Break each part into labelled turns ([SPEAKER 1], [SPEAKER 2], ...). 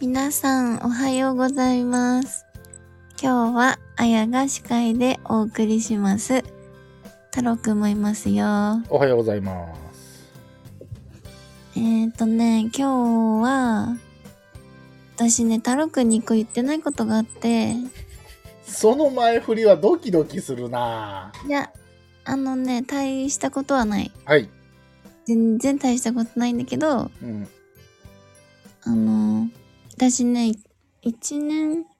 [SPEAKER 1] 皆さんおはようございます。今日はあやが司会でお送りします。太郎くんもいますよ。
[SPEAKER 2] おはようございます。
[SPEAKER 1] えーとね、今日は、私ね、太郎くんに一個言ってないことがあって、
[SPEAKER 2] その前振りはドキドキするない
[SPEAKER 1] や、あのね、大したことはない。
[SPEAKER 2] ぁはい。
[SPEAKER 1] 全然大したことないんだけど、
[SPEAKER 2] うん。
[SPEAKER 1] あの、私ね、一年、経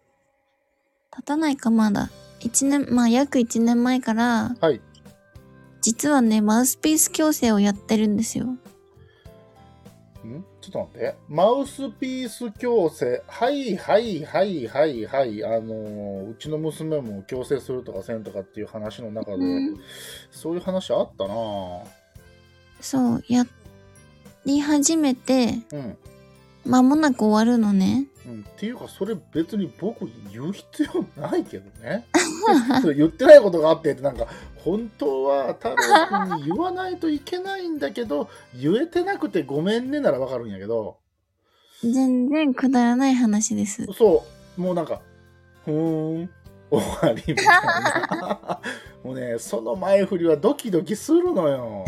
[SPEAKER 1] たないかまだ。一年、まあ約一年前から、
[SPEAKER 2] はい。
[SPEAKER 1] 実はね、マウスピース矯正をやってるんですよ。
[SPEAKER 2] んちょっと待って。マウスピース矯正。はいはいはいはいはい。あのーうちの娘も矯正するとかせんとかっていう話の中で、
[SPEAKER 1] うん
[SPEAKER 2] そういう話あったなぁ
[SPEAKER 1] そう、やり始めて、
[SPEAKER 2] うん。
[SPEAKER 1] 間もなく終わるのね。
[SPEAKER 2] うん、っていうか、それ別に僕言う必要ないけどね。 それ言ってないことがあってって、なんか、本当は太郎君に言わないといけないんだけど、言えてなくてごめんねならわかるんやけど、
[SPEAKER 1] 全然くだらない話です。
[SPEAKER 2] そう、もうなんか、ふーん、終わりみたいな。 もうね、その前振りはドキドキするのよ。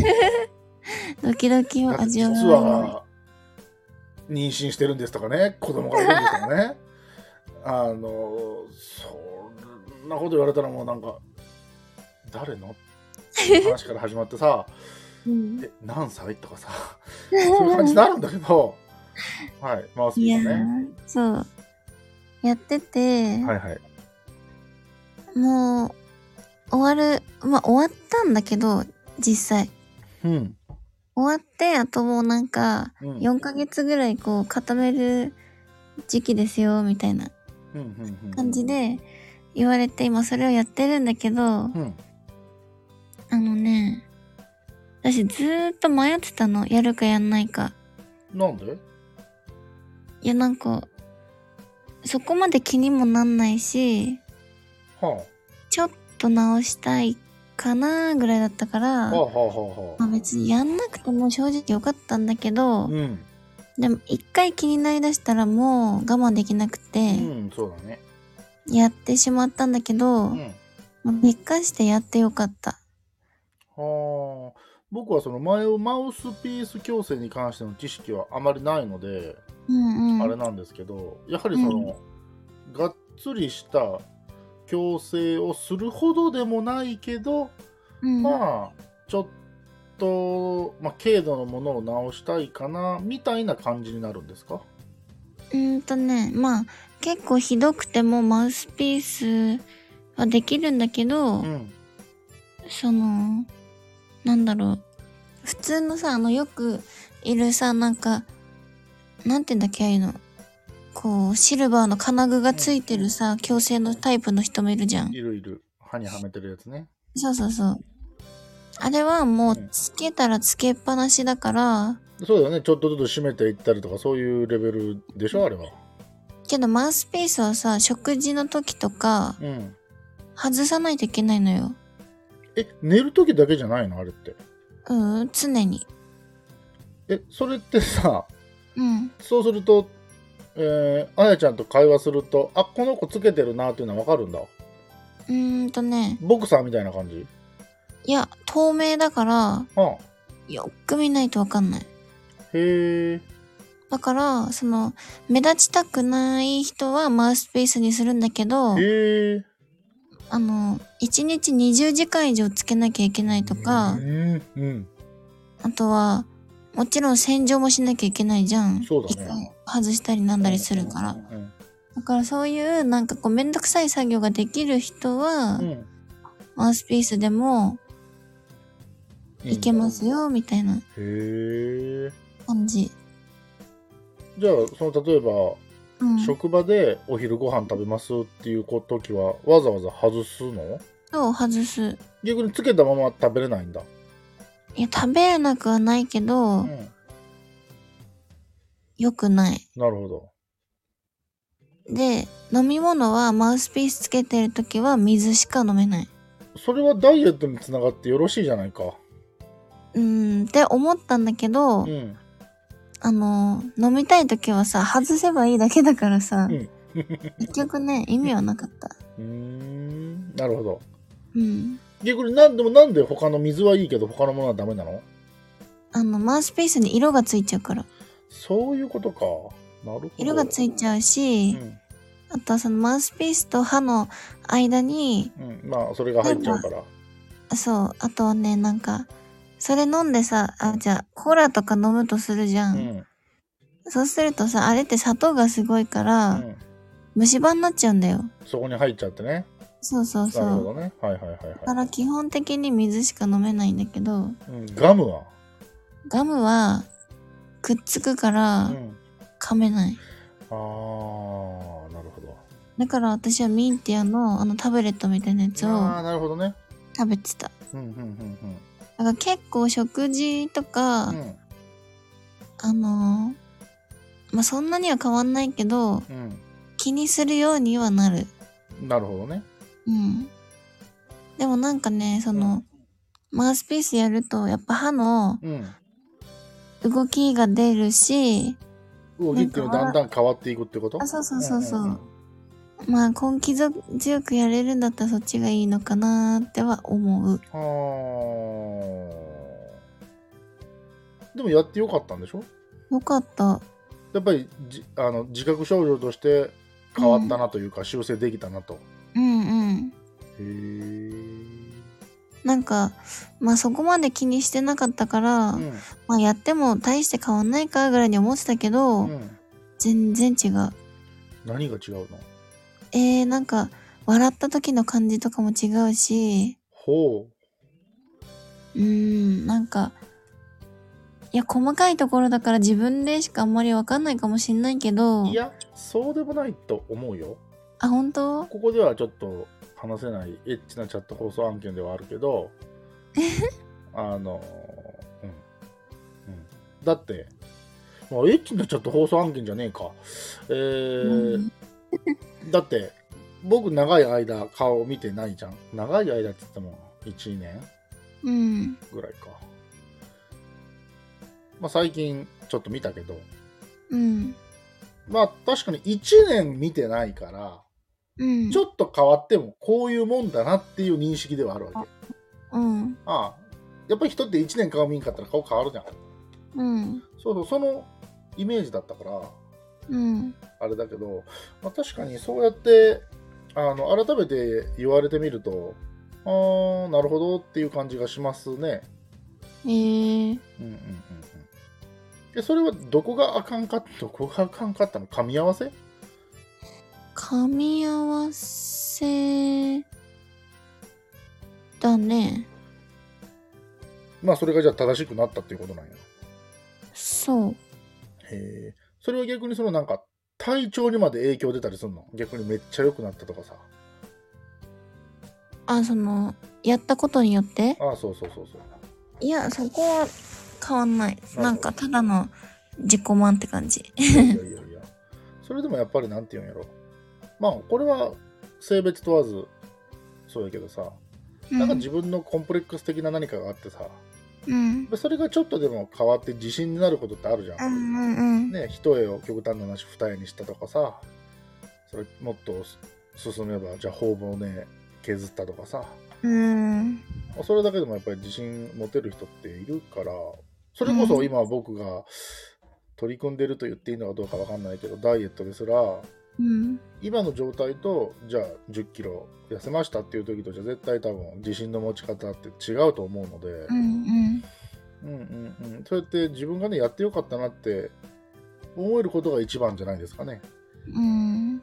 [SPEAKER 1] ドキドキを味わ
[SPEAKER 2] 実
[SPEAKER 1] う。
[SPEAKER 2] は妊娠してるんですとかね子供がいるんですとかね あのそんなこと言われたらもうなんか誰のって話から始まってさ
[SPEAKER 1] うん
[SPEAKER 2] え何歳とかさそういう感じになるんだけどはいマウス
[SPEAKER 1] い
[SPEAKER 2] ピ
[SPEAKER 1] や
[SPEAKER 2] ースね
[SPEAKER 1] ー、そう。やってて、
[SPEAKER 2] はいはい
[SPEAKER 1] もう、終わる、まあ終わったんだけど、実際。
[SPEAKER 2] うん、
[SPEAKER 1] 終わって、あともうなんか、
[SPEAKER 2] うんうん
[SPEAKER 1] 4ヶ月ぐらいこう固める時期ですよ、みたいな
[SPEAKER 2] うんうん
[SPEAKER 1] 感じで言われて、今それをやってるんだけど、あ
[SPEAKER 2] うん
[SPEAKER 1] のね、私ずーっと迷ってたの。やるかやんないか。
[SPEAKER 2] なんで
[SPEAKER 1] いや、なんか、そこまで気にもなんないし、
[SPEAKER 2] は
[SPEAKER 1] ちょっと直したいかなぐらいだったから、
[SPEAKER 2] あはあはあはあ
[SPEAKER 1] まあ
[SPEAKER 2] は
[SPEAKER 1] 別にやんなくても正直よかったんだけ
[SPEAKER 2] あ
[SPEAKER 1] ど、
[SPEAKER 2] うん
[SPEAKER 1] でも一回気になりだしたらもう我慢できなく
[SPEAKER 2] う
[SPEAKER 1] て、
[SPEAKER 2] んそうだね
[SPEAKER 1] やってしまったんだけど、
[SPEAKER 2] うん
[SPEAKER 1] もう劣化してやってよかった。
[SPEAKER 2] はあ僕はその前をマウスピース矯正に関しての知識はあまりないので、
[SPEAKER 1] うんうん。
[SPEAKER 2] あれなんですけどやはりその、がっつりした矯正をするほどでもないけど、
[SPEAKER 1] うん、
[SPEAKER 2] まあちょっと、まあ、軽度のものを直したいかなみたいな感じになるんですか
[SPEAKER 1] うーんとね、まあ結構ひどくてもマウスピースはできるんだけど、
[SPEAKER 2] うん
[SPEAKER 1] その、なんだろう。普通のさ、あのよくいるさ、なんか、なんて言うんだっけ、ああいうの。こう、シルバーの金具がついてるさ、矯正のタイプの人もいるじゃん
[SPEAKER 2] い。るいる歯にはめてるやつね
[SPEAKER 1] そうそうそう。あれはも
[SPEAKER 2] う
[SPEAKER 1] うんつけたらつけっぱなしだから、
[SPEAKER 2] そうだよねちょっとずつ締めていったりとかそういうレベルでしょあれは
[SPEAKER 1] けどマウスピースはさ、食事の時とか、
[SPEAKER 2] うん
[SPEAKER 1] 外さないといけないのよ。
[SPEAKER 2] え寝る時だけじゃないのあれって
[SPEAKER 1] うん、常に。
[SPEAKER 2] えそれってさ
[SPEAKER 1] うん。
[SPEAKER 2] そうするとえー、あやちゃんと会話するとあこの子つけてるなっていうのは分かるんだ
[SPEAKER 1] うーんとね、
[SPEAKER 2] ボクサーみたいな感じ
[SPEAKER 1] いや、透明だから、
[SPEAKER 2] あ
[SPEAKER 1] よく見ないとわかんない。
[SPEAKER 2] へえ
[SPEAKER 1] だから、その、目立ちたくない人はマウスピースにするんだけど、
[SPEAKER 2] へえ
[SPEAKER 1] あの、1日20時間以上つけなきゃいけないとか
[SPEAKER 2] う、んうん
[SPEAKER 1] あとは、もちろん洗浄もしなきゃいけないじゃん。
[SPEAKER 2] そうだね
[SPEAKER 1] 一回外したりなんだりするから。
[SPEAKER 2] うん
[SPEAKER 1] だからそういう、なんかこう、めんどくさい作業ができる人は
[SPEAKER 2] う、ん
[SPEAKER 1] マウスピースでも
[SPEAKER 2] うん
[SPEAKER 1] いけますよ、みたいな
[SPEAKER 2] へえ
[SPEAKER 1] 感じ。
[SPEAKER 2] じゃあその例えば、
[SPEAKER 1] うん。
[SPEAKER 2] 職場でお昼ご飯食べますっていうこ時はわざわざ外すの
[SPEAKER 1] そう、外す。
[SPEAKER 2] 逆につけたまま食べれないんだ、
[SPEAKER 1] いや、食べれなくはないけ
[SPEAKER 2] う
[SPEAKER 1] ど、
[SPEAKER 2] ん、
[SPEAKER 1] 良くない。
[SPEAKER 2] なるほど
[SPEAKER 1] で、飲み物はマウスピースつけてるときは水しか飲めない。
[SPEAKER 2] それはダイエットにつながってよろしいじゃないか
[SPEAKER 1] うーん、って思ったんだけど、
[SPEAKER 2] うん
[SPEAKER 1] あの、飲みたい時はさ、外せばいいだけだからさ
[SPEAKER 2] うん、
[SPEAKER 1] 結局ね、意味はなかった。
[SPEAKER 2] うーんなるほど
[SPEAKER 1] うん。
[SPEAKER 2] 逆になんでもなんで他の水はいいけど他のものはダメなの
[SPEAKER 1] あの、マウスピースに色がついちゃうから。
[SPEAKER 2] そういうことかなるほど
[SPEAKER 1] 色がついちゃう
[SPEAKER 2] う
[SPEAKER 1] し、
[SPEAKER 2] ん、
[SPEAKER 1] あとはそのマウスピースと歯の間に、
[SPEAKER 2] うん、まあそれが入っちゃうから
[SPEAKER 1] そう、あとはね、なんか、それ飲んでさ、あ、じゃあ、コーラとか飲むとするじゃ。
[SPEAKER 2] うんん、
[SPEAKER 1] そうするとさ、あれって砂糖がすごいか
[SPEAKER 2] う
[SPEAKER 1] ら、
[SPEAKER 2] ん、
[SPEAKER 1] 虫歯になっちゃうんだよ。
[SPEAKER 2] そこに入っちゃってね
[SPEAKER 1] そうそうそ
[SPEAKER 2] なるほ
[SPEAKER 1] う。
[SPEAKER 2] どねはいはいはい
[SPEAKER 1] だか
[SPEAKER 2] は
[SPEAKER 1] ら基本的に水しか飲めないんだけど、
[SPEAKER 2] い、うん、ガムは、
[SPEAKER 1] ガムは、くっつくか
[SPEAKER 2] う
[SPEAKER 1] ら、
[SPEAKER 2] ん、
[SPEAKER 1] 噛めない。
[SPEAKER 2] あーなるほど
[SPEAKER 1] だから私はミンティアのあのタブレットみたいなやつ
[SPEAKER 2] ああ
[SPEAKER 1] を
[SPEAKER 2] なるほどね
[SPEAKER 1] 食べてた。
[SPEAKER 2] うんうんうん
[SPEAKER 1] だから結構食事とか、
[SPEAKER 2] うん
[SPEAKER 1] あのーまあ、そんなには変わんないけど、
[SPEAKER 2] うん
[SPEAKER 1] 気にするようにはなる。
[SPEAKER 2] うんなるほどね
[SPEAKER 1] うん。でもなんかね、その、マウスピースやると、やっぱ歯の
[SPEAKER 2] うん
[SPEAKER 1] 動きが出るし、
[SPEAKER 2] 動きっていうのはだんだん変わっていくってこと
[SPEAKER 1] あ、そうそうそうそう。
[SPEAKER 2] んん
[SPEAKER 1] まあ、根気ぞ強くやれるんだったらそっちがいいのかなーっては思う。
[SPEAKER 2] うんはあでもやってよかったんでしょ
[SPEAKER 1] よかった。
[SPEAKER 2] やっぱりじあの自覚症状として変わったなというか、修正できたなと
[SPEAKER 1] うんうん。
[SPEAKER 2] へえ
[SPEAKER 1] なんか、まあそこまで気にしてなかったから、
[SPEAKER 2] うん
[SPEAKER 1] まあやっても大して変わんないかぐらいに思ってたけど、
[SPEAKER 2] うん
[SPEAKER 1] 全然違う。
[SPEAKER 2] 何が違うの
[SPEAKER 1] えー、なんか、笑った時の感じとかも違うし、
[SPEAKER 2] ほ
[SPEAKER 1] うーん、なんか、いや、細かいところだから自分でしかあんまりわかんないかもしんないけど
[SPEAKER 2] うい、やそうでもないと思うよ
[SPEAKER 1] あ、本当
[SPEAKER 2] ここではちょっと話せないエッチなチャット放送案件ではあるけどあのうん、うん、だって、まあ、エッチなチャット放送案件じゃねえかえー
[SPEAKER 1] うん
[SPEAKER 2] だって僕長い間顔見てないじゃん長い間って言っても1年
[SPEAKER 1] うん。
[SPEAKER 2] ぐらいかまあ最近ちょっと見たけど
[SPEAKER 1] うん。
[SPEAKER 2] まあ確かに1年見てないから
[SPEAKER 1] うん。
[SPEAKER 2] ちょっと変わってもこういうもんだなっていう認識ではあるわけ。
[SPEAKER 1] うん。
[SPEAKER 2] ああやっぱり人って1年顔見んかったら顔変わるじゃん。
[SPEAKER 1] うん。
[SPEAKER 2] そうそう、そのイメージだったから、
[SPEAKER 1] うん。
[SPEAKER 2] あれだけど、まあ、確かにそうやって、あの、改めて言われてみると、あー、なるほどっていう感じがしますね。
[SPEAKER 1] えー、
[SPEAKER 2] うんうんうんうん。で、それはどこがあかんか、どこがあかんかったの噛み合わせ
[SPEAKER 1] 噛み合わせ、だね。
[SPEAKER 2] まあ、それがじゃあ正しくなったっていうことなんや。
[SPEAKER 1] そう。
[SPEAKER 2] へえ。それは逆にそのなんか、体調にまで影響出たりするの逆にめっちゃ良くなったとかさ。
[SPEAKER 1] あ、その、やったことによって
[SPEAKER 2] ああ、そうそうそうそう。
[SPEAKER 1] いや、そこは変わんない。
[SPEAKER 2] ほど
[SPEAKER 1] なんか、ただの自己満って感じ。
[SPEAKER 2] いやいやいやいや。それでもやっぱりなんて言うんやろ。まあ、これは性別問わず、そうやけどさ、
[SPEAKER 1] う
[SPEAKER 2] なんか
[SPEAKER 1] ん。
[SPEAKER 2] 自分のコンプレックス的な何かがあってさ、
[SPEAKER 1] うん。
[SPEAKER 2] それがちょっとでも変わって自信になることってあるじゃ。
[SPEAKER 1] うんんうん
[SPEAKER 2] ね、一重を極端な話二重にしたとかさ、それもっと進めば、じゃあ頬骨削ったとかさ、
[SPEAKER 1] うん。うん。
[SPEAKER 2] それだけでもやっぱり自信持てる人っているから、それこそ今僕が取り組んでると言っていいのかどうかわかんないけど、ダイエットですら、
[SPEAKER 1] うん。
[SPEAKER 2] 今の状態とじゃあ1 0キロ痩せましたっていう時とじゃ絶対多分自信の持ち方って違うと思うので、
[SPEAKER 1] うん。
[SPEAKER 2] うんうんうん、そうやって自分がねやってよかったなって思えることが一番じゃないですかね、
[SPEAKER 1] うん。
[SPEAKER 2] うん、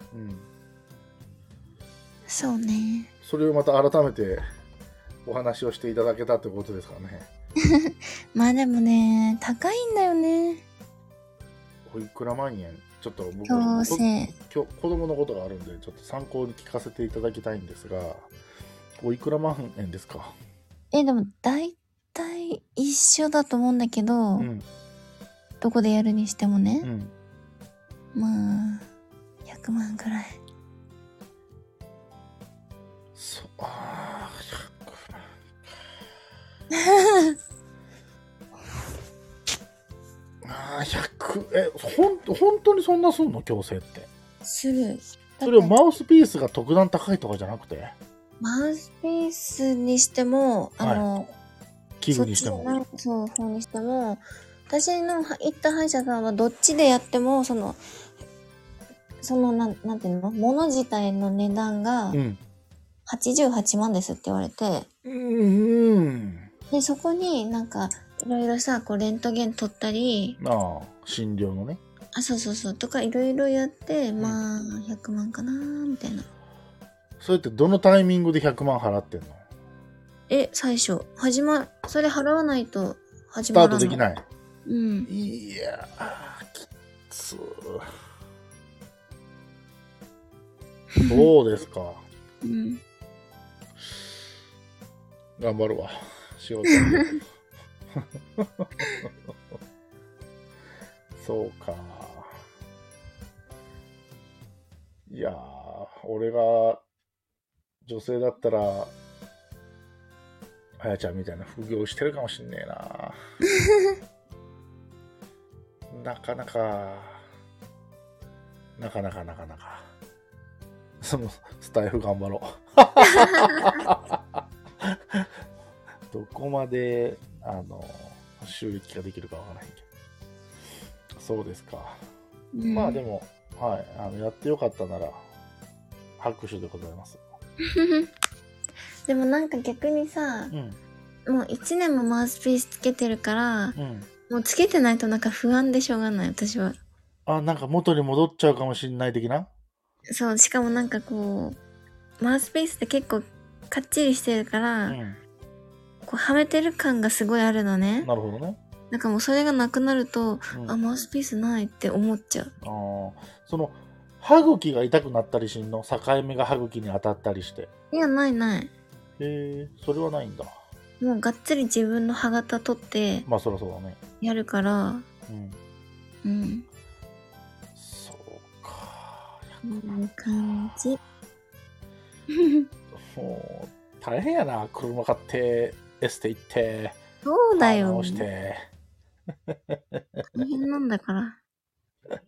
[SPEAKER 1] そうね。
[SPEAKER 2] それをまた改めてお話をしていただけたってことですかね
[SPEAKER 1] まあでもね、高いんだよね。
[SPEAKER 2] おいくら万円ちょっと僕
[SPEAKER 1] 強制。
[SPEAKER 2] 今日子供のことがあるんでちょっと参考に聞かせていただきたいんですがおいくら万円ですか、
[SPEAKER 1] え、でも、大体一緒だと思うんだけど、
[SPEAKER 2] うん
[SPEAKER 1] どこでやるにしても
[SPEAKER 2] う
[SPEAKER 1] ね。
[SPEAKER 2] ん、
[SPEAKER 1] まあ、100万くらい。
[SPEAKER 2] そうあー100万ああ、100えほん本当にそんなすんの矯正って
[SPEAKER 1] すぐ。だって
[SPEAKER 2] それはマウスピースが特段高いとかじゃなくて
[SPEAKER 1] マウスピースにしても、あの、
[SPEAKER 2] 器具にしても
[SPEAKER 1] そっちのそう、方にしても、私のは行った歯医者さんはどっちでやっても、その、その、なん、なんていうの物自体の値段が
[SPEAKER 2] うん
[SPEAKER 1] 88万ですって言われて、
[SPEAKER 2] うんうん
[SPEAKER 1] で、そこになんか、いろいろさ、こう、レントゲン取ったり、
[SPEAKER 2] ああ診療のね
[SPEAKER 1] あ、そうそうそう、とかいろいろやって、まあ、100万かなーみたいな。
[SPEAKER 2] それってどのタイミングで100万払ってんの
[SPEAKER 1] え、最初。始ま、それ払わないと始
[SPEAKER 2] スタ
[SPEAKER 1] ま
[SPEAKER 2] ー
[SPEAKER 1] らな
[SPEAKER 2] ト
[SPEAKER 1] い。
[SPEAKER 2] できない
[SPEAKER 1] うん。
[SPEAKER 2] いやーきつ ーそうですか
[SPEAKER 1] うん。
[SPEAKER 2] 頑張るわ仕事そうかいやー俺が女性だったらあやちゃんみたいな副業してるかもしんねえななかなかなかなかなかなかそのスタイフ頑張ろうどこまで、あの、収益ができるかわからへんけど。そうですか。まあで
[SPEAKER 1] も。
[SPEAKER 2] も、はい、あの、やってよかったなら、拍手でございます。
[SPEAKER 1] でもなんか逆にさ、
[SPEAKER 2] うん、
[SPEAKER 1] もう1年もマウスピースつけてるから、
[SPEAKER 2] うん。
[SPEAKER 1] もうつけてないとなんか不安でしょうがない、私は。
[SPEAKER 2] あ、なんか元に戻っちゃうかもしんない的な
[SPEAKER 1] そう、しかもなんかこう、マウスピースって結構かっちりしてるか
[SPEAKER 2] う
[SPEAKER 1] ら、
[SPEAKER 2] ん。
[SPEAKER 1] こうはめてる感がすごいあるのね。
[SPEAKER 2] なるほどね。
[SPEAKER 1] なんかもうそれがなくなると、
[SPEAKER 2] うん、
[SPEAKER 1] あ、
[SPEAKER 2] あ
[SPEAKER 1] マウスピースないって思っちゃう。
[SPEAKER 2] ーその、歯茎が痛くなったりしんの境目が歯茎に当たったりして。
[SPEAKER 1] いや、ないない。
[SPEAKER 2] へえ、それはないんだ。
[SPEAKER 1] もうがっつり自分の歯型取って
[SPEAKER 2] まあそりゃそうだね。
[SPEAKER 1] やるから、
[SPEAKER 2] うん。
[SPEAKER 1] うん。
[SPEAKER 2] そうか。
[SPEAKER 1] こんな感じ。
[SPEAKER 2] もう大変やな車買ってエステ行って
[SPEAKER 1] そうだ
[SPEAKER 2] 歯
[SPEAKER 1] よ
[SPEAKER 2] 直。して
[SPEAKER 1] 大変なんだから。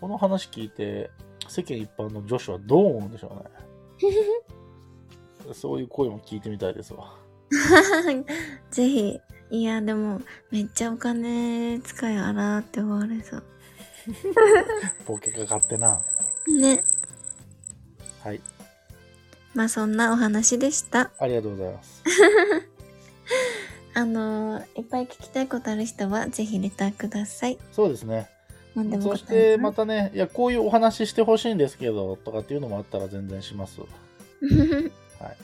[SPEAKER 2] この話聞いて世間一般の女子はどう思うんでしょう ねそういう声も聞いてみたいですわ
[SPEAKER 1] ぜひ。いや、でも、めっちゃお金使い荒って思われそう。
[SPEAKER 2] ボケかかってな
[SPEAKER 1] ね。
[SPEAKER 2] はい
[SPEAKER 1] まあ、そんなお話でした。
[SPEAKER 2] ありがとうございます
[SPEAKER 1] あのーいっぱい聞きたいことある人は、ぜひレターください。
[SPEAKER 2] そうですね
[SPEAKER 1] 何でも
[SPEAKER 2] そ
[SPEAKER 1] 答え
[SPEAKER 2] して
[SPEAKER 1] ま
[SPEAKER 2] またねいやこういうお話ししてほしいんですけどとかっていうのもあったら全然します
[SPEAKER 1] す。、
[SPEAKER 2] は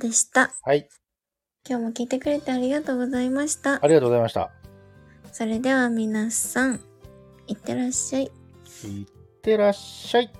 [SPEAKER 1] でした。
[SPEAKER 2] はい
[SPEAKER 1] 今日も聞いてくれてありがとうございました
[SPEAKER 2] あ。りがとうございました
[SPEAKER 1] それでは皆さん、いってらっしゃい。
[SPEAKER 2] いってらっしゃい